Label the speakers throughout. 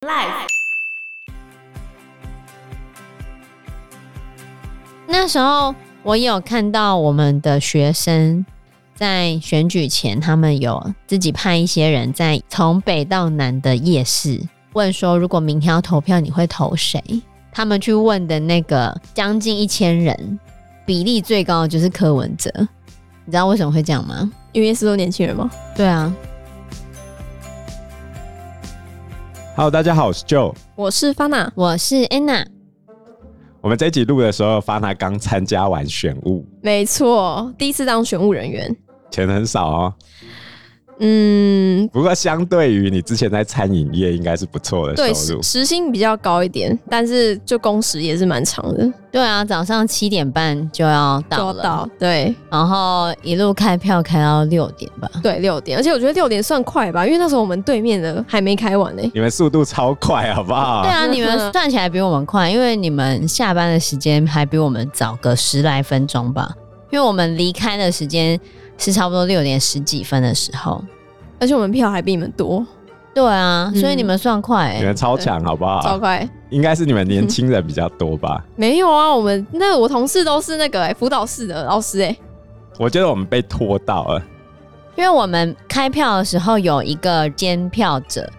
Speaker 1: life。
Speaker 2: 那时候我有看到我们的学生在选举前，他们有自己派一些人在从北到南的夜市问说，如果明天要投票，你会投谁？他们去问的那个将近一千人，比例最高的就是柯文哲。你知道为什么会这样吗？
Speaker 3: 因为是都年轻人吗？
Speaker 2: 对啊，
Speaker 4: Hello，大家好，我是 Joe。
Speaker 3: 我是方娜，
Speaker 2: 我是 Anna。
Speaker 4: 我们这一集录的时候，发他刚参加完选务，
Speaker 3: 没错，第一次当选务人员。
Speaker 4: 钱很少哦。
Speaker 3: 嗯，
Speaker 4: 不过相对于你之前在餐饮业，应该是不错的
Speaker 3: 对，
Speaker 4: 收
Speaker 3: 时
Speaker 4: 入。
Speaker 3: 时薪比较高一点，但是就工时也是蛮长的，
Speaker 2: 对啊，早上七点半就要到
Speaker 3: 就
Speaker 2: 了，
Speaker 3: 要到对
Speaker 2: 然后一路开票开到六点吧。
Speaker 3: 对六点，而且我觉得六点算快吧，因为那时候我们对面的还没开完呢、
Speaker 4: 你们速度超快，好不好？
Speaker 2: 对啊，你们算起来比我们快，因为你们下班的时间还比我们早个十来分钟吧。因为我们离开的时间是差不多六点十几分的时候。
Speaker 3: 而且我们票还比你们多，
Speaker 2: 对啊，
Speaker 3: 嗯
Speaker 2: 所以你们算快、
Speaker 4: 你
Speaker 2: 欸。
Speaker 4: 们超强，好不
Speaker 3: 超
Speaker 4: 好？
Speaker 3: 快。
Speaker 4: 应该是你们年轻人比较多吧。
Speaker 3: 没有啊，我们那我同事都是那个、欸、辅导室的老师哎、
Speaker 4: 我觉得我们被拖到了。
Speaker 2: 因为我们开票的时候有一个监票 者，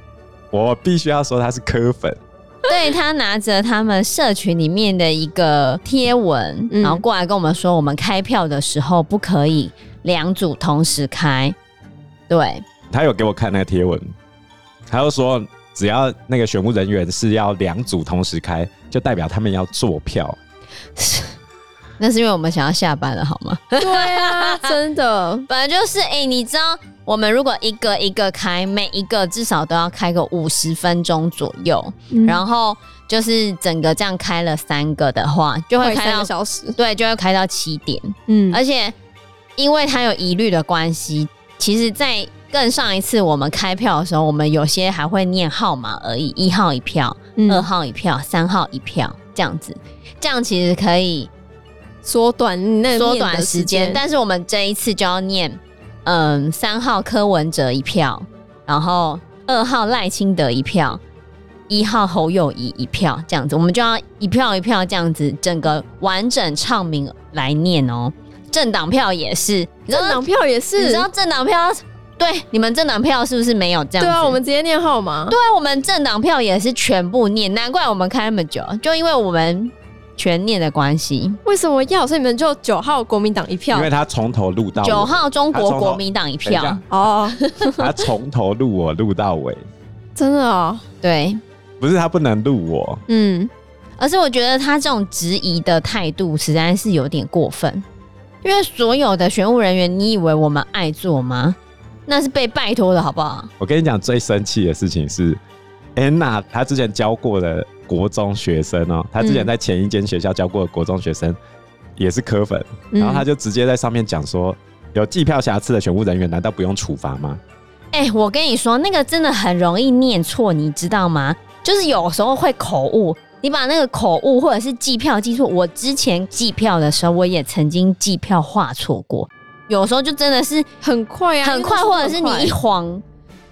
Speaker 4: 我必须要说他是科粉，
Speaker 2: 对他拿着他们社群里面的一个贴文，
Speaker 3: 嗯
Speaker 2: 然后过来跟我们说，我们开票的时候不可以两组同时开。对，
Speaker 4: 他有给我看那个贴文，他就说只要那个选务人员是要两组同时开，就代表他们要做票。
Speaker 2: 那是因为我们想要下班了，好吗？
Speaker 3: 对啊，真的，
Speaker 2: 本来就是，哎、你知道，我们如果一个一个开，每一个至少都要开个五十分钟左右，
Speaker 3: 嗯
Speaker 2: 然后就是整个这样开了三个的话，就会
Speaker 3: 快
Speaker 2: 开
Speaker 3: 三
Speaker 2: 到
Speaker 3: 个小时，
Speaker 2: 对，就会开到七点，
Speaker 3: 嗯
Speaker 2: 而且因为它有疑虑的关系，其实，在更上一次我们开票的时候，我们有些还会念号码而已，一号一票，
Speaker 3: 嗯
Speaker 2: 二号一票，三号一票这样子，这样其实可以
Speaker 3: 缩短你那个
Speaker 2: 缩
Speaker 3: 念的
Speaker 2: 短时间，
Speaker 3: 间，
Speaker 2: 但是我们这一次就要念，嗯，三号柯文哲一票，然后二号赖清德一票，一号侯友谊一票，这样子，我们就要一票一票这样子，整个完整唱名来念哦。政党票也是，你知道
Speaker 3: 政党票也是，
Speaker 2: 你知道政党票对你们政党票是不是没有这样子？
Speaker 3: 对啊，我们直接念号码。
Speaker 2: 对啊我们政党票也是全部念，难怪我们开那么久，就因为我们全念的关系。
Speaker 3: 为什么要？所以你们就九号国民党一票
Speaker 4: 因为他从头录到尾
Speaker 2: 九，号中
Speaker 4: 他
Speaker 2: 国
Speaker 4: 从头
Speaker 2: 国民党一
Speaker 4: 等一
Speaker 2: 票
Speaker 4: 下，
Speaker 3: 哦，
Speaker 4: 他从头录我录到尾，
Speaker 3: 真的哦，
Speaker 2: 对，
Speaker 4: 不是他不能录我，
Speaker 3: 嗯，
Speaker 2: 而是我觉得他这种质疑的态度实在是有点过分，因为所有的选务人员，你以为我们爱做吗？那是被拜托的好不好？
Speaker 4: 我跟你讲，最生气的事情是，Anna 她之前教过的国中学生哦，她之前在前一间学校教过的国中学生、也是科粉，
Speaker 3: 嗯
Speaker 4: 然后她就直接在上面讲说，有计票瑕疵的选务人员难道不用处罚吗？
Speaker 2: 哎、我跟你说，那个真的很容易念错，你知道吗？就是有时候会口误，你把那个口误或者是计票记错。我之前计票的时候，我也曾经计票画错过，有时候就真的是
Speaker 3: 很快啊，
Speaker 2: 很快，
Speaker 3: 因为
Speaker 2: 或
Speaker 3: 那
Speaker 2: 者
Speaker 3: 时
Speaker 2: 是
Speaker 3: 候很
Speaker 2: 你一
Speaker 3: 快
Speaker 2: 慌，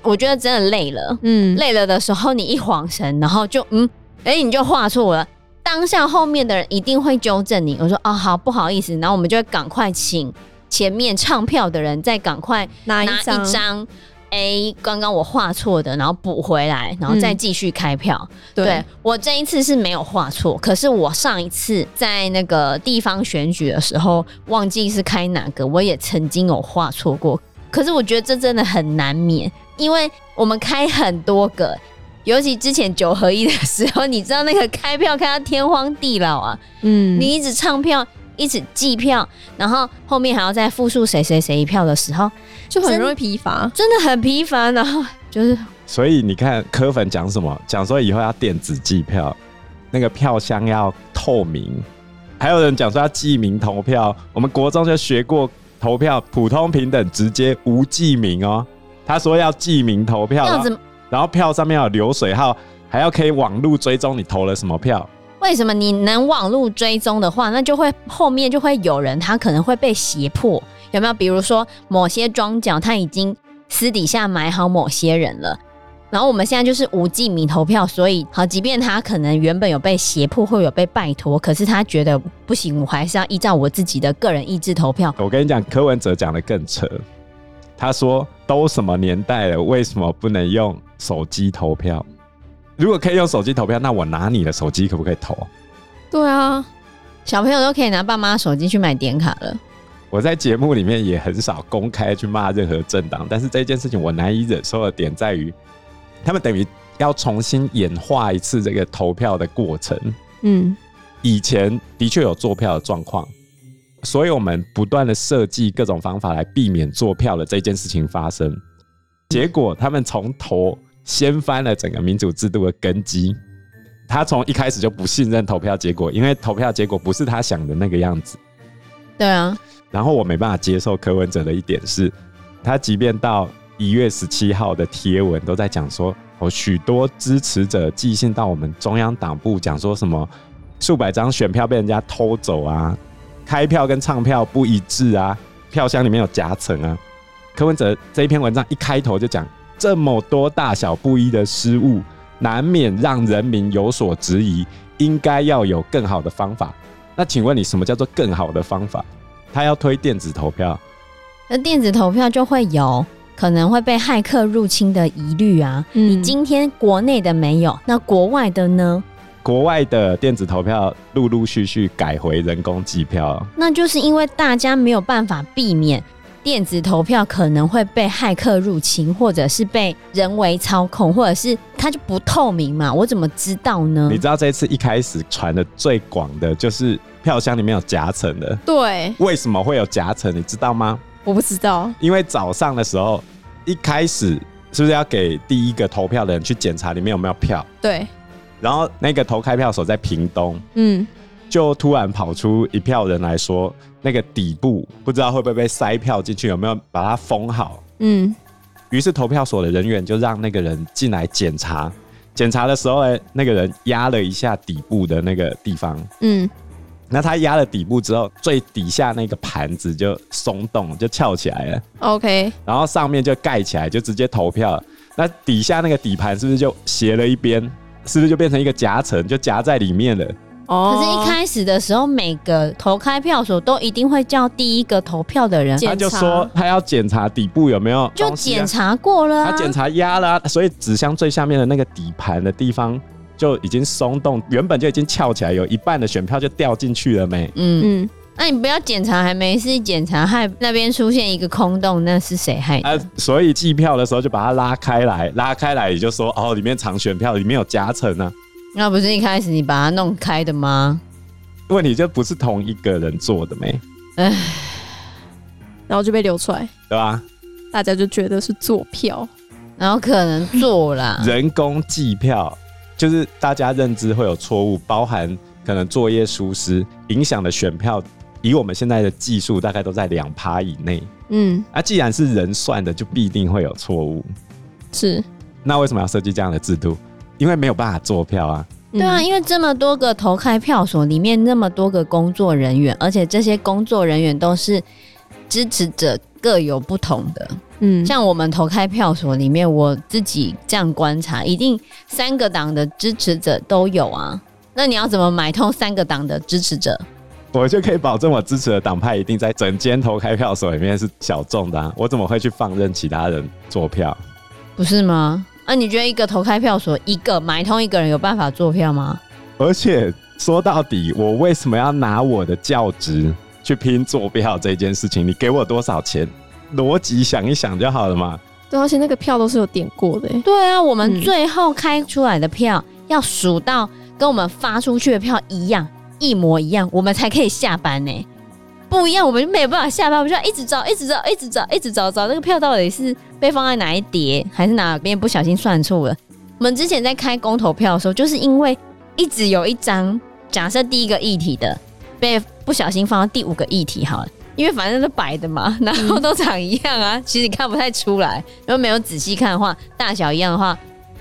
Speaker 2: 我觉得真的累了。
Speaker 3: 嗯
Speaker 2: 累了的时候，你一晃神，然后就嗯，哎、你就画错了。当下后面的人一定会纠正你。我说哦，好，不好意思，然后我们就会赶快请前面唱票的人再赶快
Speaker 3: 拿
Speaker 2: 拿
Speaker 3: 一张
Speaker 2: 一张。哎，刚刚我画错的，然后补回来，然后
Speaker 3: 嗯
Speaker 2: 再继续开票。对
Speaker 3: 对，
Speaker 2: 我这一次是没有画错，可是我上一次在那个地方选举的时候，忘记是开哪个，我也曾经有画错过。可是我觉得这真的很难免，因为我们开很多个，尤其之前九合一的时候，你知道那个开票开到天荒地老啊，
Speaker 3: 嗯
Speaker 2: 你一直唱票，一直计票，然后后面还要再复述谁谁谁一票的时候，
Speaker 3: 就很容易疲乏，
Speaker 2: 真的很疲乏，然后就是
Speaker 4: 所以你看科粉讲什么，讲说以后要电子计票，那个票箱要透明，还有人讲说要记名投票，我们国中就学过投票普通平等直接无记名哦。他说要记名投票，
Speaker 2: 这
Speaker 4: 然
Speaker 2: 样
Speaker 4: 后
Speaker 2: 子。
Speaker 4: 然后票上面有流水号，还要可以网路追踪你投了什么票。
Speaker 2: 为什么你能网络追踪的话，那就会后面就会有人他可能会被胁迫，有没有？比如说某些庄脚他已经私底下买好某些人了，然后我们现在就是无记名投票，所以好，即便他可能原本有被胁迫或有被拜托，可是他觉得不行，我还是要依照我自己的个人意志投票。
Speaker 4: 我跟你讲，柯文哲讲的更扯，他说都什么年代了，为什么不能用手机投票？如果可以用手机投票，那我拿你的手机可不可以投？
Speaker 3: 对啊，
Speaker 2: 小朋友都可以拿爸妈手机去买点卡了。
Speaker 4: 我在节目里面也很少公开去骂任何政党，但是这件事情我难以忍受的点在于，他们等于要重新演化一次这个投票的过程。
Speaker 3: 嗯，
Speaker 4: 以前的确有做票的状况，所以我们不断的设计各种方法来避免做票的这件事情发生。结果他们从头掀翻了整个民主制度的根基。他从一开始就不信任投票结果，因为投票结果不是他想的那个样子。
Speaker 2: 对啊，
Speaker 4: 然后我没办法接受柯文哲的一点是，他即便到一月十七号的贴文都在讲说，哦，许多支持者寄信到我们中央党部讲说什么数百张选票被人家偷走啊，开票跟唱票不一致啊，票箱里面有夹层啊。柯文哲这一篇文章一开头就讲这么多大小不一的失误，难免让人民有所质疑，应该要有更好的方法。那请问你什么叫做更好的方法？他要推电子投票，
Speaker 2: 那电子投票就会有可能会被骇客入侵的疑虑啊。
Speaker 3: 你
Speaker 2: 今天国内的没有，那国外的呢？
Speaker 4: 国外的电子投票陆陆续续改回人工计票。
Speaker 2: 那就是因为大家没有办法避免电子投票可能会被骇客入侵，或者是被人为操控，或者是它就不透明嘛，我怎么知道呢
Speaker 4: 你？知道这次一开始传的最广的就是票箱里面有夹层的，
Speaker 3: 对，
Speaker 4: 为什么会有夹层？你知道吗？
Speaker 3: 我不知道，
Speaker 4: 因为早上的时候一开始是不是要给第一个投票的人去检查里面有没有票？
Speaker 3: 对，
Speaker 4: 然后那个投开票所在屏东，
Speaker 3: 嗯，
Speaker 4: 就突然跑出一票人来说，那个底部不知道会不会被塞票进去，有没有把它封好？
Speaker 3: 嗯，
Speaker 4: 于是投票所的人员就让那个人进来检查，检查的时候呢，那个人压了一下底部的那个地方，
Speaker 3: 嗯，
Speaker 4: 那他压了底部之后，最底下那个盘子就松动，就翘起来了，
Speaker 3: OK，
Speaker 4: 然后上面就盖起来，就直接投票了。那底下那个底盘是不是就斜了一边？是不是就变成一个夹层，就夹在里面了？
Speaker 3: 哦
Speaker 2: 可是，一开始的时候，每个投开票所都一定会叫第一个投票的人
Speaker 3: 检
Speaker 4: 他就
Speaker 3: 查
Speaker 4: 说他要检查底部有没有
Speaker 2: 就
Speaker 4: 啊东西啊
Speaker 2: 检查过了、啊，
Speaker 4: 他检查压了啊、所以纸箱最下面的那个底盘的地方就已经松动，原本就已经翘起来，有一半的选票就掉进去了没？
Speaker 2: 嗯，
Speaker 3: 嗯，
Speaker 2: 那你不要检查还没事，检查害那边出现一个空洞，那是谁害的？
Speaker 4: 啊，所以计票的时候就把它拉开来，拉开来也就说哦，里面藏选票，里面有夹层啊。
Speaker 2: 那不是一开始你把它弄开的吗？
Speaker 4: 问题就不是同一个人做的没，
Speaker 3: 然后就被流出来，
Speaker 4: 对吧？
Speaker 3: 大家就觉得是坐票，
Speaker 2: 然后可能做啦，
Speaker 4: 人工计票就是大家认知会有错误，包含可能作业疏失影响的选票，以我们现在的技术大概都在两趴以内。
Speaker 3: 嗯，
Speaker 4: 啊，既然是人算的，就必定会有错误。
Speaker 3: 是，
Speaker 4: 那为什么要设计这样的制度？因为没有办法做票啊。
Speaker 3: 嗯
Speaker 2: 对啊，，因为这么多个投开票所里面那么多个工作人员，而且这些工作人员都是支持者各有不同的。
Speaker 3: 嗯，
Speaker 2: 像我们投开票所里面，我自己这样观察，一定三个党的支持者都有啊。那你要怎么买通三个党的支持者？
Speaker 4: 我就可以保证我支持的党派一定在整间投开票所里面是小众的、啊，我怎么会去放任其他人做票？
Speaker 2: 不是吗？那、啊你觉得一个投开票所一个买通一个人有办法做票吗？
Speaker 4: 而且说到底，我为什么要拿我的教职去拼做票这件事情？你给我多少钱？逻辑想一想就好了嘛。
Speaker 3: 对，啊而且那个票都是有点过的欸，
Speaker 2: 对啊，我们
Speaker 3: 嗯
Speaker 2: 最后开出来的票、要数到跟我们发出去的票一样，一模一样，我们才可以下班呢、不一样，我们就没有办法下班，我们就要一直找，一直找，一直找，一直找，找那个票到底是被放在哪一叠，还是哪边不小心算错了。我们之前在开公投票的时候，就是因为一直有一张假设第一个议题的被不小心放到第五个议题好了，因为反正都白的嘛， 然后都长一样啊，其实看不太出来。如果没有仔细看的话，大小一样的话，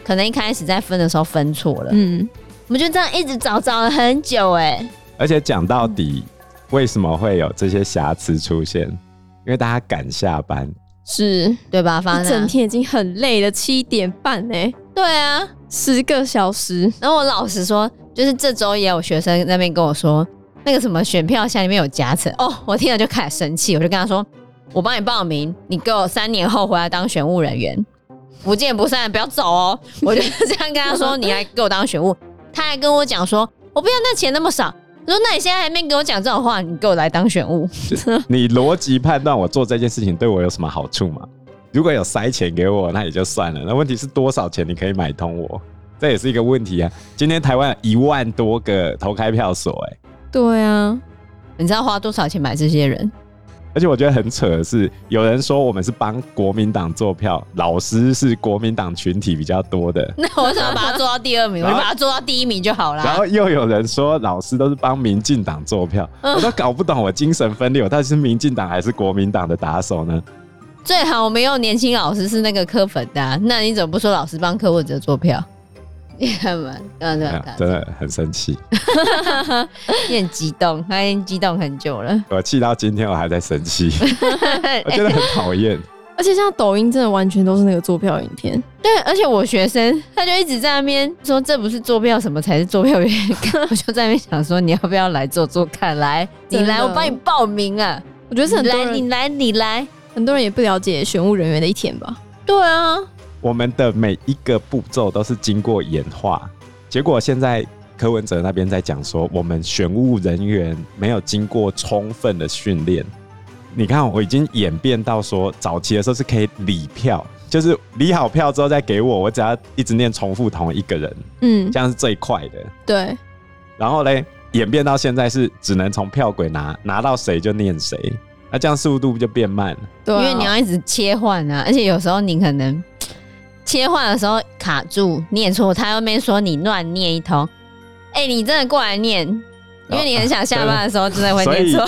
Speaker 2: 可能一开始在分的时候分错了。
Speaker 3: 嗯，
Speaker 2: 我们就这样一直找找了很久、哎，
Speaker 4: 而且讲到底，为什么会有这些瑕疵出现？因为大家赶下班，
Speaker 3: 是
Speaker 2: 对吧？方
Speaker 3: 一整天已经很累了，七点半呢、
Speaker 2: 对啊。
Speaker 3: 十个小时，
Speaker 2: 然后我老实说，就是这周也有学生在那边跟我说，那个什么选票箱里面有夹层哦，我听了就开始生气，我就跟他说，我帮你报名，你给我三年后回来当选务人员，不见不散，不要走哦。我就这样跟他说，你来给我当选务，他还跟我讲说，我不要那钱那么少。我说：“那你现在还没给我讲这种话，你给我来当选务，
Speaker 4: 你逻辑判断我做这件事情对我有什么好处吗？如果有塞钱给我，那也就算了。那问题是多少钱你可以买通我？这也是一个问题啊。今天台湾一万多个投开票所、欸，
Speaker 3: 对啊，
Speaker 2: 你知道花多少钱买这些人？
Speaker 4: 而且我觉得很扯的是，有人说我们是帮国民党做票，老师是国民党群体比较多的，
Speaker 2: 那我为什么要把它做到第二名？我就
Speaker 4: 然后
Speaker 2: 把它做到第一名就好
Speaker 4: 然
Speaker 2: 啦。
Speaker 4: 后又有人说老师都是帮民进党做票，
Speaker 2: 嗯
Speaker 4: 我都搞不懂我精神分裂，我到底是民进党还是国民党的打手呢？
Speaker 2: 最好我们用年轻老师是那个科粉的啊、那你怎么不说老师帮柯文哲做 票？你看嘛，嗯对
Speaker 3: 啊
Speaker 4: 哎呀真的很生气，
Speaker 2: 你很激动，他已经激动很久 了。
Speaker 4: 我气到今天我还在生气，我觉得很讨厌。
Speaker 3: 而且像抖音真的完全都是那个坐票影片，
Speaker 2: 对，而且我学生他就一直在那边说这不是坐票，什么才是坐票员？ 我就在那边想说你要不要来做做看？来，你
Speaker 3: 真的
Speaker 2: 来，我帮你报名啊！
Speaker 3: 我觉得是很多
Speaker 2: 来，
Speaker 3: 人
Speaker 2: 你来，你来。
Speaker 3: 很多人也不了解选务人员的一天吧。
Speaker 2: 对啊，
Speaker 4: 我们的每一个步骤都是经过演化，结果现在柯文哲那边在讲说，我们选务人员没有经过充分的训练。你看，哦我已经演变到说，早期的时候是可以理票，就是理好票之后再给我，我只要一直念重复同一个人，
Speaker 3: 嗯，
Speaker 4: 这样是最快的。
Speaker 3: 对，
Speaker 4: 然后嘞，演变到现在是只能从票轨拿拿到谁就念谁，那这样速度就变慢了。
Speaker 3: 对啊、
Speaker 2: 因为你要一直切换啊，而且有时候你可能切换的时候卡住，念错，他又没说你乱念一通，哎、你真的过来念，因为你很想下班的时候真的会
Speaker 4: 哦所
Speaker 2: 念
Speaker 4: 以
Speaker 2: 错，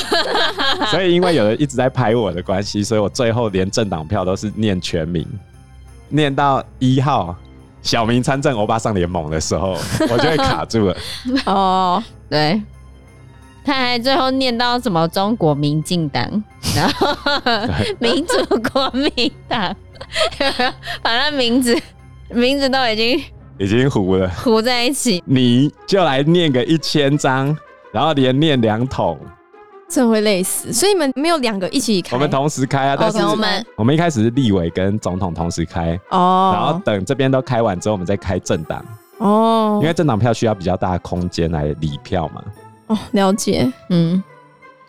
Speaker 4: 所以因为有人一直在拍我的关系，所以我最后连政党票都是念全名，念到一号小明参政欧巴桑联盟的 时候，我就会卡住了。
Speaker 3: 哦，
Speaker 2: 对。他还最后念到什么中国民进党， 然后 民主国民党， 把那名字名字都已经
Speaker 4: 已经糊了，
Speaker 2: 糊在一起，
Speaker 4: 你就来念个一千张，然后连念两桶，
Speaker 3: 真会累死。所以你们没有两个一起开，
Speaker 4: 我们同时开啊。但是
Speaker 2: 朋友们
Speaker 4: 我们一开始是立委跟总统同时开，然后
Speaker 3: 哦
Speaker 4: 等这边都开完之后，我们再开政党，
Speaker 3: 哦
Speaker 4: 因为政党票需要比较大的空间来理票嘛。
Speaker 3: 哦，了解。
Speaker 2: 嗯，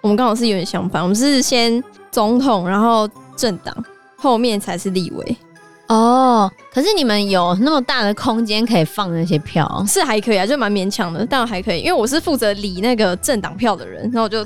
Speaker 3: 我们刚好是有点相反，我们是先总统，然后政党，后面才是立委，
Speaker 2: 哦，可是你们有那么大的空间可以放那些票哦，
Speaker 3: 是还可以啊，就蛮勉强的，但还可以，因为我是负责理那个政党票的人，然后我就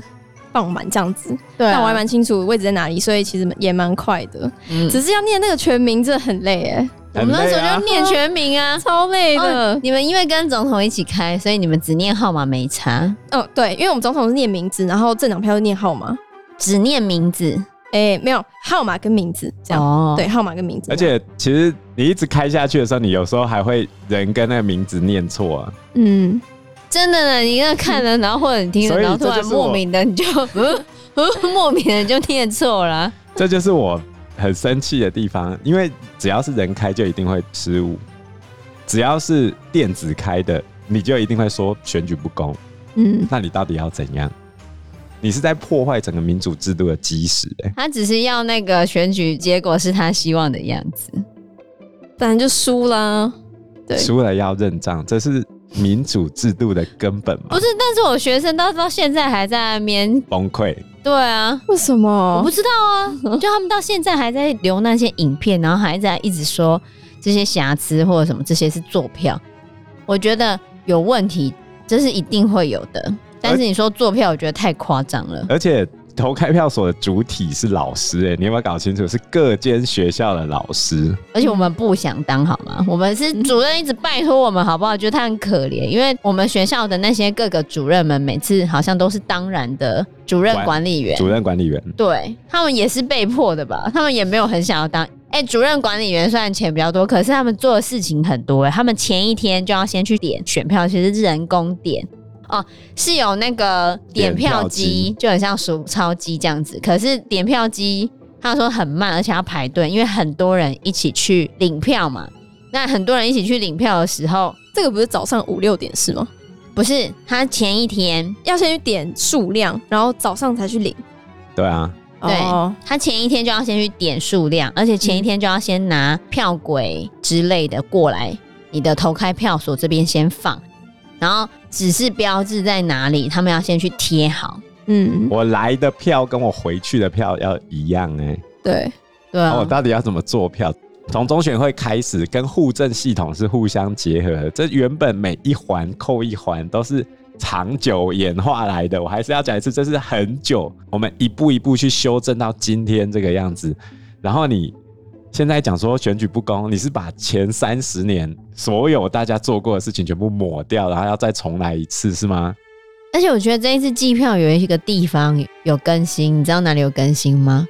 Speaker 3: 放满这样子。
Speaker 2: 对
Speaker 3: 但我还蛮清楚位置在哪里，所以其实也蛮快的。
Speaker 2: 嗯
Speaker 3: 只是要念那个全名，真的很累哎、
Speaker 2: 我们那时
Speaker 4: 很累啊
Speaker 2: 候就念全名 啊。
Speaker 3: 超累的。
Speaker 2: 哦你们因为跟总统一起开，所以你们只念号码没差，
Speaker 3: 哦，对，因为我们总统是念名字，然后政党票是念号码。
Speaker 2: 只念名字。
Speaker 3: 哎、没有号码跟名字这样。
Speaker 2: 哦，
Speaker 3: 对，号码跟名字。
Speaker 4: 而，且其实你一直开下去的时候，你有时候还会人跟那个名字念错啊。
Speaker 3: 嗯，
Speaker 2: 真的呢，你那看了，然后或者你听了，
Speaker 4: 所以
Speaker 2: 然后突
Speaker 4: 这
Speaker 2: 然
Speaker 4: 就是我
Speaker 2: 莫名的你就， 嗯嗯莫名的就念错了。
Speaker 4: 这就是我很生气的地方，因为只要是人开就一定会失误，只要是电子开的，你就一定会说选举不公。
Speaker 3: 嗯，
Speaker 4: 那你到底要怎样？你是在破坏整个民主制度的基石、欸，
Speaker 2: 他只是要那个选举结果是他希望的样子。
Speaker 3: 反正就输啦。对，
Speaker 4: 输了要认账，这是民主制度的根本嘛
Speaker 2: 不，是，但是我学生到到现在还在那边，
Speaker 4: 崩溃。
Speaker 2: 对啊，
Speaker 3: 为什
Speaker 2: 我
Speaker 3: 么
Speaker 4: 哦
Speaker 2: 不？知道啊，就他们到现在还在留那些影片，然后还在一直说这些瑕疵或者什么，这些是做票。我觉得有问题，这是一定会有的。但是你说做票，我觉得太夸张了。
Speaker 4: 而且投开票所的主体是老师、欸，你有没有搞清楚？是各间学校的老师。
Speaker 2: 而且我们不想当好吗？我们是主任一直拜托我们好不好？觉得他很可怜，因为我们学校的那些各个主任们，每次好像都是当然的主任
Speaker 4: 管
Speaker 2: 管理员，
Speaker 4: 主任管理员，
Speaker 2: 对他们也是被迫的吧？ 他们也没有很想要当。哎、主任管理员虽然钱比较多，可是他们做的事情很多、哎，他们前一天就要先去点选票，其实是人工点哦，是有那个点
Speaker 4: 点票
Speaker 2: 票机，就很像数钞机这样子。可是点票机他说很慢，而且要排队，因为很多人一起去领票嘛。那很多人一起去领票的时候，
Speaker 3: 这个不是早上五六点是吗？
Speaker 2: 不是他前一天，
Speaker 3: 要先去点数量，然后早上才去领。
Speaker 4: 对啊，
Speaker 2: 对
Speaker 3: 哦，
Speaker 2: 他前一天就要先去点数量，而且前一天就要先拿票轨之类的过来，你的投开票所这边先放，然后指示标志在哪里，他们要先去贴好。
Speaker 3: 嗯，
Speaker 4: 我来的票跟我回去的票要一样哎、
Speaker 3: 对，
Speaker 2: 对
Speaker 4: 那、
Speaker 2: 啊，
Speaker 4: 我到底要怎么做票？从中选会开始，跟户政系统是互相结合的。这原本每一环扣一环都是长久演化来的。我还是要讲一次，这是很久，我们一步一步去修正到今天这个样子。然后你现在讲说选举不公，你是把前三十年所有大家做过的事情全部抹掉，然后要再重来一次，是吗？
Speaker 2: 而且我觉得这一次计票有一个地方有更新，你知道哪里有更新吗？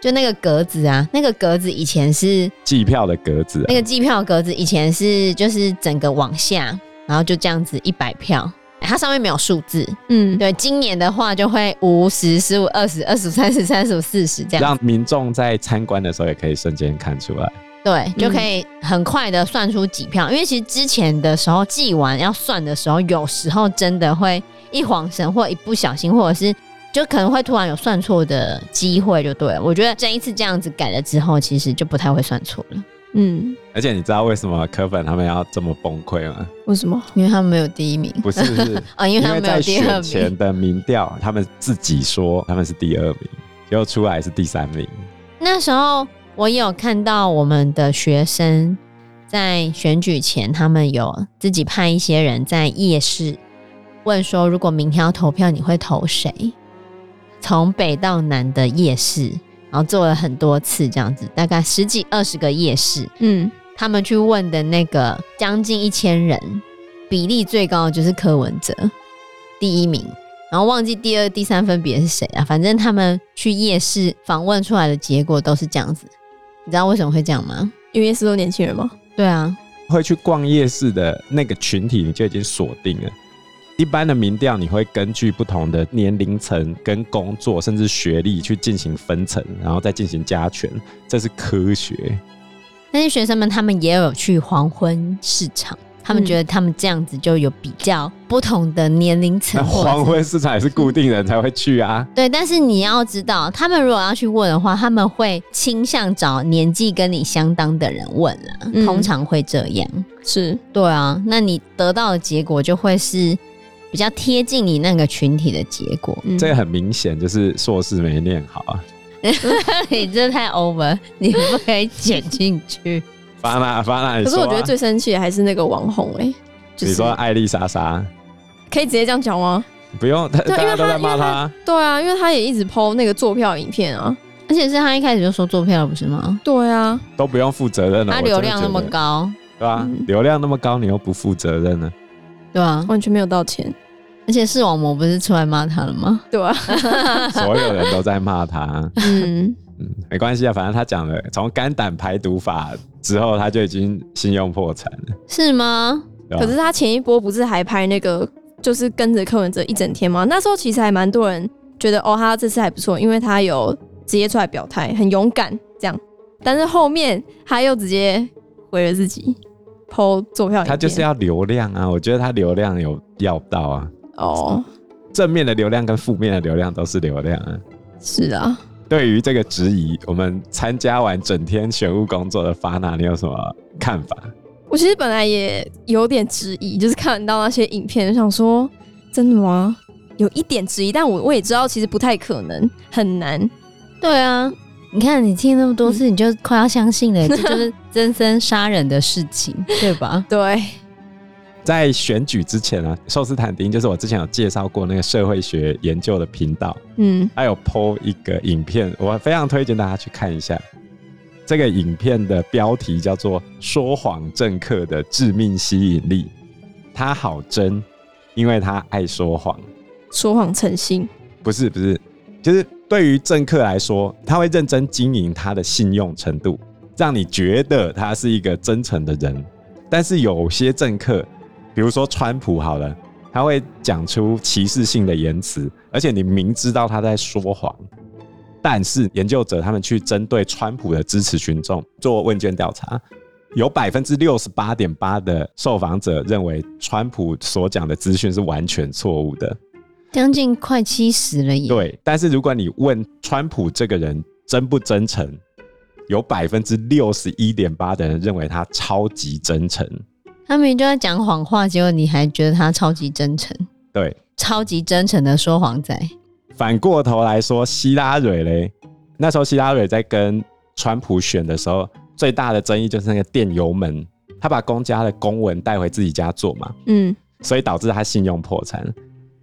Speaker 2: 就那个格子啊，那个格子以前是
Speaker 4: 计票的格子、啊
Speaker 2: 那，个计票格子，以前是就是整个往下，然后就这样子一百票，它上面没有数字。
Speaker 3: 嗯，
Speaker 2: 对，今年的话就会五十、十五、二十、二十、三十、三十、四十这样，
Speaker 4: 让民众在参观的时候也可以瞬间看出来。
Speaker 2: 对，就可以很快的算出几票。因为其实之前的时候记完要算的时候，有时候真的会一晃神，或一不小心，或者是就可能会突然有算错的机会，就对了。我觉得这一次这样子改了之后，其实就不太会算错了，
Speaker 3: 嗯，
Speaker 4: 而且你知道为什么柯粉他们要这么崩溃吗？
Speaker 3: 为什么？
Speaker 2: 因为他们没有第一名
Speaker 4: 不是，是
Speaker 2: 啊、 因为
Speaker 4: 因
Speaker 2: 他
Speaker 4: 为
Speaker 2: 们没有
Speaker 4: 在
Speaker 2: 第二
Speaker 4: 选
Speaker 2: 名。
Speaker 4: 前的民调，他们自己说他们是第二名，结果出来是第三名。
Speaker 2: 那时候我有看到我们的学生在选举前，他们有自己派一些人在夜市问说，如果明天要投票，你会投谁？从北到南的夜市，然后做了很多次这样子，大概十几二十个夜市，
Speaker 3: 嗯，
Speaker 2: 他们去问的那个将近一千人，比例最高的就是柯文哲第一名，然后忘记第二、第三分别是谁啊？反正他们去夜市访问出来的结果都是这样子。你知道为什么会这样吗？
Speaker 3: 因为是都年轻人嘛。
Speaker 2: 对啊，
Speaker 4: 会去逛夜市的那个群体，你就已经锁定了。一般的民调，你会根据不同的年龄层、跟工作，甚至学历去进行分层，然后再进行加权，这是科学。
Speaker 2: 但是学生们他们也有去黄昏市场，他们
Speaker 3: 嗯
Speaker 2: 觉得他们这样子就有比较不同的年龄层
Speaker 4: 那
Speaker 2: 或者是。
Speaker 4: 黄昏市场也是固定人才会去啊。
Speaker 2: 对，但是你要知道，他们如果要去问的话，他们会倾向找年纪跟你相当的人问啦，
Speaker 3: 嗯
Speaker 2: 通常会这样。
Speaker 3: 是，
Speaker 2: 对啊，那你得到的结果就会是比较贴近你那个群体的结果
Speaker 3: 。嗯，
Speaker 4: 这个很明显就是硕士没念好啊。
Speaker 2: 你这太 over，你不可以剪进去。
Speaker 4: 发娜，发娜，你
Speaker 3: 可是
Speaker 4: 说啊、
Speaker 3: 我觉得最生气的还是那个网红哎、就
Speaker 4: 你
Speaker 3: 是
Speaker 4: 说啊艾丽莎莎，
Speaker 3: 可以直接这样讲吗？
Speaker 4: 不用，他
Speaker 3: 对
Speaker 4: 大
Speaker 3: 因为
Speaker 4: 家都
Speaker 3: 他
Speaker 4: 在骂
Speaker 3: 因为
Speaker 4: 他。
Speaker 3: 对啊，因为他也一直 PO 那个做票影片啊。
Speaker 2: 而且是他一开始就说做票了，不是吗？
Speaker 3: 对啊，
Speaker 4: 都不用负责任了。啊
Speaker 2: 他
Speaker 4: 我真的
Speaker 2: 流量那么
Speaker 4: 觉得，
Speaker 2: 高，
Speaker 4: 对吧、
Speaker 3: 嗯
Speaker 4: 流量那么高，你又不负责 任呢？
Speaker 2: 对啊，
Speaker 3: 完全没有道歉。
Speaker 2: 而且视网膜不是出来骂他了吗？
Speaker 3: 对啊，
Speaker 4: 所有人都在骂他。
Speaker 3: 嗯，
Speaker 4: 嗯，没关系啊，反正他讲了，从肝胆排毒法之后，他就已经信用破产了。
Speaker 2: 是吗？
Speaker 4: 对啊吧
Speaker 3: 可是他前一波不是还拍那个，就是跟着柯文哲一整天吗？那时候其实还蛮多人觉得，哦，他这次还不错，因为他有直接出来表态，很勇敢这样。但是后面他又直接毁了自己，PO 做票影片，
Speaker 4: 他就是要流量啊，我觉得他流量有要到啊，
Speaker 3: 哦，
Speaker 4: 正面的流量跟负面的流量都是流量啊。
Speaker 3: 是啊，
Speaker 4: 对于这个质疑，我们参加完整天选务工作的发娜，你有什么看法？
Speaker 3: 我其实本来也有点质疑，就是看到那些影片，想说真的吗？有一点质疑，但我我也知道其实不太可能，很难。
Speaker 2: 对啊，你看你听那么多次，你就快要相信 了，这就是真生杀人的事情，对吧？
Speaker 3: 对，
Speaker 4: 在选举之前啊，寿司坦丁就是我之前有介绍过那个社会学研究的频道，
Speaker 3: 嗯
Speaker 4: 他有 PO 一个影片，我非常推荐大家去看一下。这个影片的标题叫做《说谎政客的致命吸引力》，他好真，因为他爱说谎。
Speaker 3: 说谎成性，
Speaker 4: 不是不是，就是对于政客来说，他会认真经营他的信用程度，让你觉得他是一个真诚的人。但是有些政客，比如说川普好了，他会讲出歧视性的言辞，而且你明知道他在说谎，但是研究者他们去针对川普的支持群众做问卷调查，有百分之六十八点八的受访者认为川普所讲的资讯是完全错误的。
Speaker 2: 将近快七十了耶。
Speaker 4: 对，但是如果你问川普这个人真不真诚，有百分之六十一点八的人认为他超级真诚。
Speaker 2: 他明明就在讲谎话，结果你还觉得他超级真诚，
Speaker 4: 对，
Speaker 2: 超级真诚的说谎仔。
Speaker 4: 反过头来说，希拉蕊嘞，那时候希拉蕊在跟川普选的时候，最大的争议就是那个电油门，他把公家的公文带回自己家做嘛，
Speaker 3: 嗯，
Speaker 4: 所以导致他信用破产。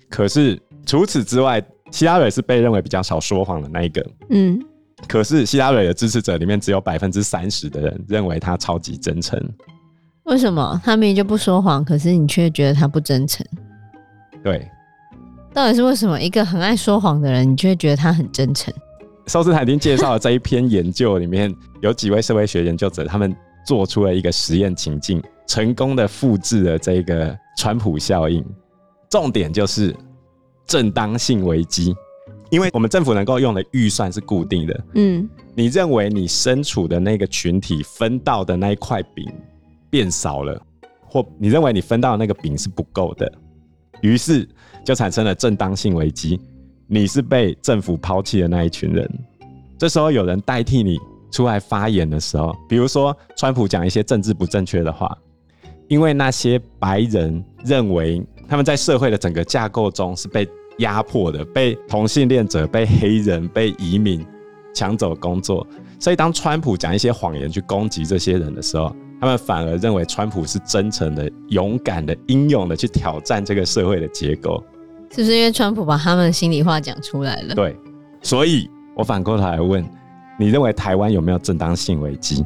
Speaker 4: 可是除此之外，希拉蕊是被认为比较少说谎的那一个。
Speaker 3: 嗯，
Speaker 4: 可是希拉蕊的支持者里面，只有百分之三十的人认为他超级真诚。
Speaker 2: 为什么他明明就不说谎，可是你却觉得他不真诚？
Speaker 4: 对，
Speaker 2: 到底是为什么一个很爱说谎的人，你却觉得他很真诚？
Speaker 4: 寿司塔已经介绍了这一篇研究里面有几位社会学研究者，他们做出了一个实验情境，成功的复制了这个川普效应。重点就是正当性危机，因为我们政府能够用的预算是固定的，
Speaker 3: 嗯，
Speaker 4: 你认为你身处的那个群体分到的那一块饼变少了，或你认为你分到的那个饼是不够的，于是就产生了正当性危机，你是被政府抛弃的那一群人。这时候有人代替你出来发言的时候，比如说川普讲一些政治不正确的话，因为那些白人认为他们在社会的整个架构中是被压迫的，被同性恋者、被黑人、被移民抢走工作，所以当川普讲一些谎言去攻击这些人的时候，他们反而认为川普是真诚的、勇敢的、英勇的去挑战这个社会的结构。
Speaker 2: 是不是因为川普把他们的心里话讲出来了？
Speaker 4: 对，所以我反过头来问，你认为台湾有没有正当性危机？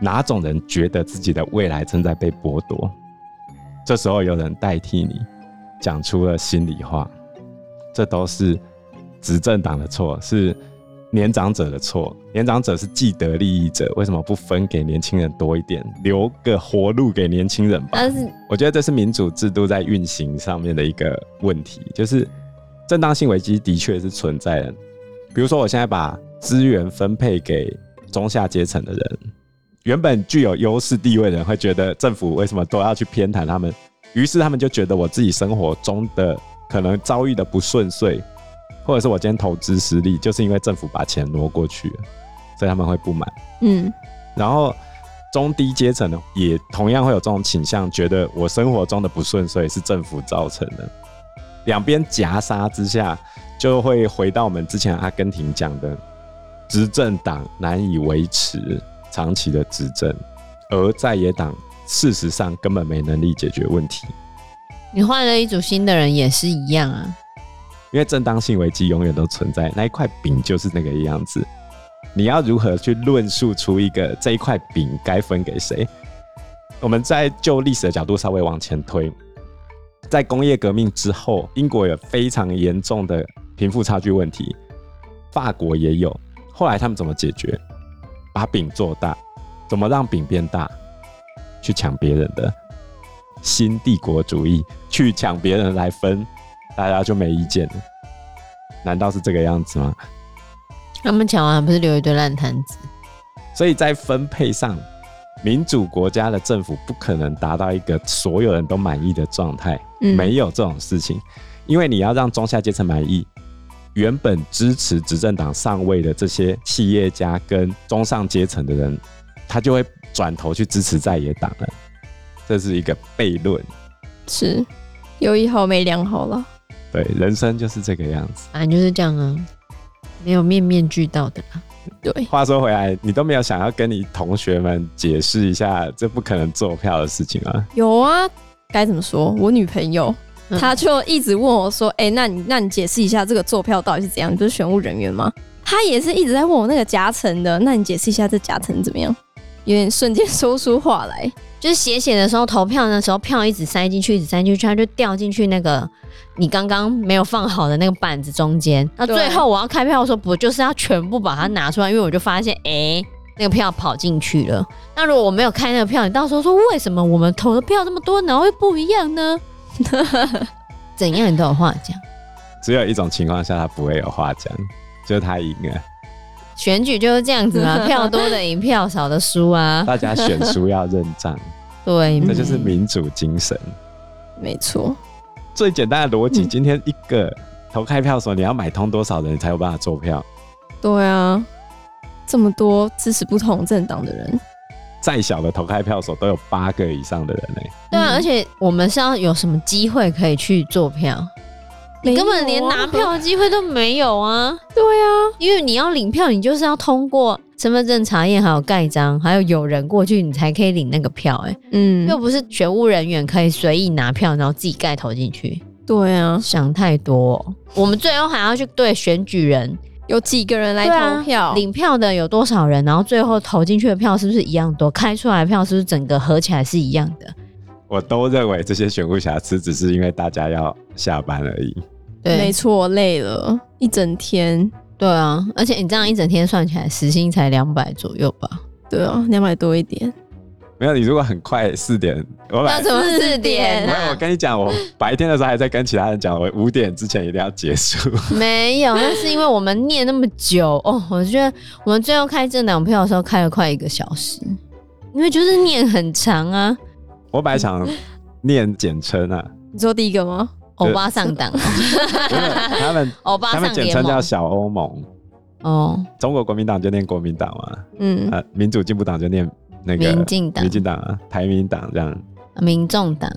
Speaker 4: 哪种人觉得自己的未来正在被剥夺？这时候有人代替你讲出了心里话，这都是执政党的错，是年长者的错。年长者是既得利益者，为什么不分给年轻人多一点，留个活路给年轻人吧？
Speaker 2: 但是
Speaker 4: 我觉得这是民主制度在运行上面的一个问题，就是正当性危机的确是存在的。比如说，我现在把资源分配给中下阶层的人，原本具有优势地位的人会觉得政府为什么都要去偏袒他们，于是他们就觉得我自己生活中的可能遭遇的不顺遂，或者是我今天投资失利，就是因为政府把钱挪过去了，所以他们会不满。
Speaker 3: 嗯，
Speaker 4: 然后中低阶层呢，也同样会有这种倾向，觉得我生活中的不顺遂是政府造成的。两边夹杀之下，就会回到我们之前阿根廷讲的，执政党难以维持长期的执政，而在野党事实上根本没能力解决问题，
Speaker 2: 你换了一组新的人也是一样啊。
Speaker 4: 因为正当性危机永远都存在，那一块饼就是那个样子。你要如何去论述出一个这一块饼该分给谁？我们在就历史的角度稍微往前推，在工业革命之后，英国有非常严重的贫富差距问题，法国也有。后来他们怎么解决？把饼做大，怎么让饼变大？去抢别人的新帝国主义，去抢别人来分，大家就没意见了。难道是这个样子吗？
Speaker 2: 他们抢完不是留一堆烂摊子？
Speaker 4: 所以在分配上，民主国家的政府不可能达到一个所有人都满意的状态，
Speaker 3: 嗯
Speaker 4: 没有这种事情。因为你要让中下阶层满意，原本支持执政党上位的这些企业家跟中上阶层的人，他就会转头去支持在野党了。这是一个悖论，
Speaker 3: 是有一好没两好了。
Speaker 4: 对，人生就是这个样子。
Speaker 2: 反正就是这样啊，没有面面俱到的啦。
Speaker 3: 对，
Speaker 4: 话说回来，你都没有想要跟你同学们解释一下这不可能做票的事情啊？
Speaker 3: 有啊，该怎么说？我女朋友。
Speaker 2: 嗯
Speaker 3: 她就一直问我说：“哎、那你那你解释一下这个做票到底是怎样？你不是选务人员吗？”她也是一直在问我那个夹层的，那你解释一下这夹层怎么样？有点瞬间说不出话来。
Speaker 2: 就是写写的时候，投票的时候，票一直塞进去，一直塞进去，它就掉进去那个你刚刚没有放好的那个板子中间。那
Speaker 3: 对
Speaker 2: 最后我要开票的时候，不就是要全部把它拿出来？因为我就发现，哎、那个票跑进去了。那如果我没有开那个票，你到时候说为什么我们投的票这么多，然后会不一样呢？ 怎样你都有话讲。
Speaker 4: 只有一种情况下他不会有话讲，就他赢了。
Speaker 2: 选举就是这样子嘛，票多的赢，票少的输啊。
Speaker 4: 大家选书要认 账，
Speaker 2: 对，
Speaker 4: 这就是民主精神。
Speaker 3: 没错，
Speaker 4: 最简单的逻辑，
Speaker 3: 嗯
Speaker 4: 今天一个投开票所，你要买通多少人，你才有办法做票？
Speaker 3: 对啊，这么多支持不同政党的人，
Speaker 4: 再小的投开票所都有八个以上的人欸呢、
Speaker 2: 对啊，
Speaker 3: 嗯
Speaker 2: 而且我们是要有什么机会可以去做票？你根本连拿
Speaker 3: 没有啊，
Speaker 2: 票的机会都没有啊！
Speaker 3: 对啊，
Speaker 2: 因为你要领票，你就是要通过身份证查验，还有盖章，还有有人过去，你才可以领那个票、欸。哎、
Speaker 3: 嗯，
Speaker 2: 又不是学务人员可以随意拿票，然后自己盖投进去。
Speaker 3: 对啊，
Speaker 2: 想太多哦、我们最后还要去对选举人
Speaker 3: 有几个人来
Speaker 2: 对啊
Speaker 3: 投票？
Speaker 2: 领票的有多少人，然后最后投进去的票是不是一样多，开出来的票是不是整个合起来是一样的？
Speaker 4: 我都认为这些选务瑕疵只是因为大家要下班而已。
Speaker 3: 没
Speaker 2: 对
Speaker 3: 错，累了一整天，
Speaker 2: 对啊，而且你这样一整天算起来，时薪才两百左右吧？
Speaker 3: 对啊，两百多一点，
Speaker 4: 没有，你如果很快四点，我
Speaker 2: 那
Speaker 4: 本
Speaker 2: 怎么四
Speaker 3: 四
Speaker 2: 点
Speaker 4: 没有，我
Speaker 2: 啊？
Speaker 4: 跟你讲，我白天的时候还在跟其他人讲，我五点之前一定要结束。
Speaker 2: 没有，那是因为我们念那么久哦。我觉得我们最后开政党票的时候开了快一个小时，因为就是念很长啊。
Speaker 4: 我本来想念简称啊，
Speaker 3: 你说第一个吗？
Speaker 2: 欧巴上 党哦，
Speaker 4: 因为他们
Speaker 2: 欧巴
Speaker 4: 他们
Speaker 2: 上
Speaker 4: 简
Speaker 2: 联
Speaker 4: 称叫
Speaker 2: 盟
Speaker 4: 小欧盟，
Speaker 2: 哦，
Speaker 4: 中国国民党就念国民党嘛，
Speaker 3: 嗯，
Speaker 4: 呃，民主进步党就念那个
Speaker 2: 民进党
Speaker 4: 民、进党啊，台民党这样
Speaker 2: 民众党，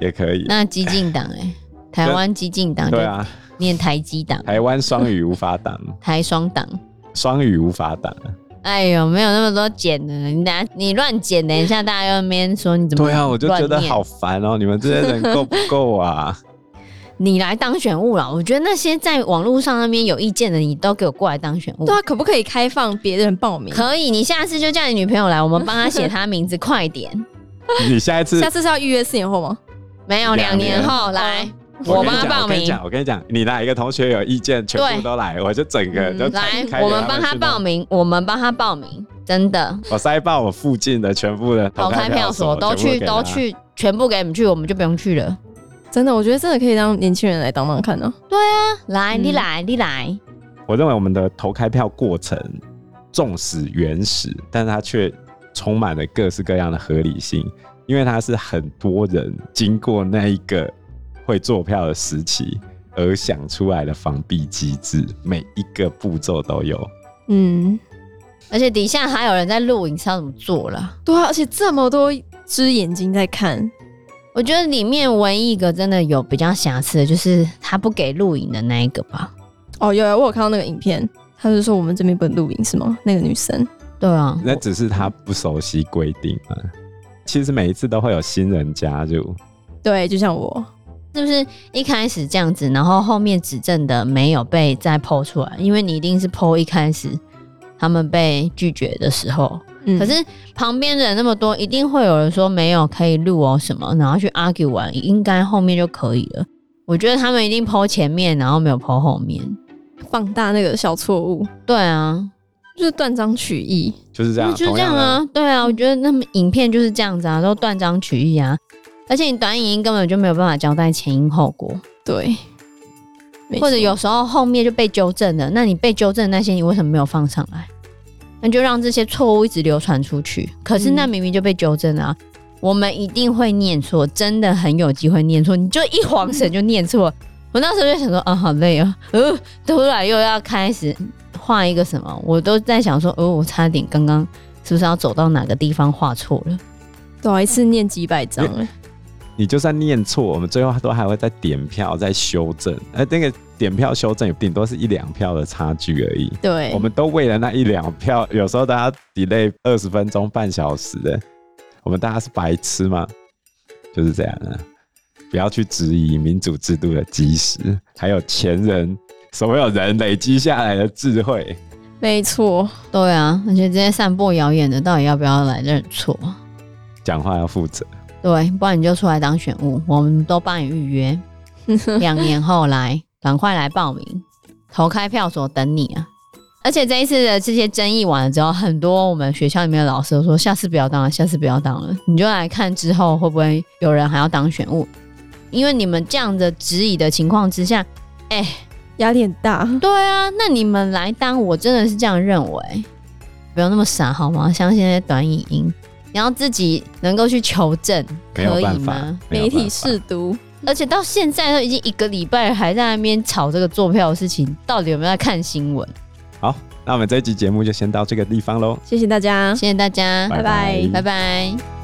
Speaker 4: 也可以。
Speaker 2: 那激进党 哎，台湾激进党就
Speaker 4: 对啊，
Speaker 2: 念台激党、
Speaker 4: 台湾双语无法 党，
Speaker 2: 台双党。
Speaker 4: 双语无法党。
Speaker 2: 哎呦，没有那么多剪的，你拿你乱剪，等一下大家又在那边说你怎么
Speaker 4: 对啊，我就觉得
Speaker 2: 乱念
Speaker 4: 好烦哦，你们这些人够不够 啊？
Speaker 2: 你来当选务了。我觉得那些在网络上那边有意见的，你都给我过来当选务
Speaker 3: 对。啊，可不可以开放别人报名？
Speaker 2: 可以，你下次就叫你女朋友来，我们帮她写她名字，快点。
Speaker 4: 你下一次
Speaker 3: 下次是要预约四年后吗？
Speaker 2: 没有，两
Speaker 4: 两年
Speaker 2: 年后来，
Speaker 4: 我
Speaker 2: 我
Speaker 4: 跟你
Speaker 2: 帮她
Speaker 4: 讲，
Speaker 2: 报
Speaker 4: 我跟你
Speaker 2: 名，
Speaker 4: 讲，我跟你讲，你哪一个同学有意见，全
Speaker 2: 对
Speaker 4: 部都来，我就整个
Speaker 3: 嗯
Speaker 4: 就
Speaker 2: 来
Speaker 4: 开开，给
Speaker 2: 我们帮她
Speaker 4: 去弄
Speaker 2: 报，名，我们帮她报名，真的，
Speaker 4: 我塞爆我附近的全部的
Speaker 2: 投开票所都
Speaker 4: 全部
Speaker 2: 去
Speaker 4: 给他
Speaker 2: 都。去，全部给你们去，我们就不用去了。
Speaker 3: 真的，我觉得真的可以让年轻人来当当看啊呢、
Speaker 2: 来，你
Speaker 3: 嗯
Speaker 2: 来，你来，
Speaker 4: 我认为我们的投开票过程纵使原始，但它却充满了各式各样的合理性，因为它是很多人经过那一个会做票的时期而想出来的防弊机制，每一个步骤都有。
Speaker 3: 嗯，
Speaker 2: 而且底下还有人在录影，是要怎么做了？
Speaker 3: 对啊，而且这么多只眼睛在看，
Speaker 2: 我觉得里面唯一一个真的有比较瑕疵的，就是他不给录影的那一个吧。
Speaker 3: 哦，有有，我有看到那个影片，他是说我们这边不能录影是吗？那个女生，
Speaker 2: 对啊，
Speaker 4: 那只是他不熟悉规定嘛。其实每一次都会有新人加入，
Speaker 3: 对，就像我，
Speaker 2: 是不是一开始这样子，然后后面指证的没有被再剖出来？因为你一定是剖一开始他们被拒绝的时候，
Speaker 3: 嗯
Speaker 2: 可是旁边人那么多，一定会有人说没有可以录哦什么，然后去 argue 完，应该后面就可以了。我觉得他们一定剖前面，然后没有剖后面。
Speaker 3: 放大那个小错误，
Speaker 2: 对啊，
Speaker 3: 就是断章取义，
Speaker 4: 就是这样，
Speaker 2: 就是
Speaker 4: 同
Speaker 2: 这样
Speaker 4: 样的，
Speaker 2: 啊，对啊，我觉得那么影片就是这样子啊，都断章取义啊，而且你短影音根本就没有办法交代前因后果，
Speaker 3: 对，没
Speaker 2: 或者
Speaker 3: 错
Speaker 2: 有时候后面就被纠正了，那你被纠正的那些你为什么没有放上来？那就让这些错误一直流传出去，可是那
Speaker 3: 嗯
Speaker 2: 明明就被纠正了啊。我们一定会念错，真的很有机会念错。你就一晃神就念错。 我那时候就想说，啊，好累啊，呃，突然又要开始画一个什么，我都在想说，哦、我差点刚刚是不是要走到哪个地方画错了？
Speaker 3: 对啊，一次念几百张、哎
Speaker 4: 你就算念错，我们最后都还会再点票、再修正。而那个点票修正，顶多是一两票的差距而已。
Speaker 3: 对，
Speaker 4: 我们都为了那一两票，有时候大家 delay 二十分钟、半小时的，我们大家是白痴吗？就是这样啊！不要去质疑民主制度的基石，还有前人所有人累积下来的智慧。
Speaker 3: 没错，
Speaker 2: 对啊，而且这些散播谣言的，到底要不要来认错？
Speaker 4: 讲话要负责。
Speaker 2: 对，不然你就出来当选务，我们都帮你预约，两年后来，赶快来报名，投开票所等你啊！而且这一次的这些争议完了之后，很多我们学校里面的老师都说，下次不要当了，下次不要当了，你就来看之后会不会有人还要当选务，因为你们这样的质疑的情况之下，哎、
Speaker 3: 压力很大。
Speaker 2: 对啊，那你们来当，我真的是这样认为，不要那么傻好吗？像现在短影音，你要自己能够去求证，
Speaker 4: 没有
Speaker 2: 可以
Speaker 4: 办法
Speaker 2: 吗？，
Speaker 4: 没有
Speaker 3: 媒体
Speaker 4: 办法
Speaker 3: 试读，
Speaker 2: 而且到现在都已经一个礼拜了，还在那边吵这个坐票的事情，到底有没有在看新闻？
Speaker 4: 好，那我们这一集节目就先到这个地方喽，
Speaker 3: 谢谢大家，
Speaker 2: 谢谢大家，
Speaker 3: 拜拜
Speaker 2: 拜拜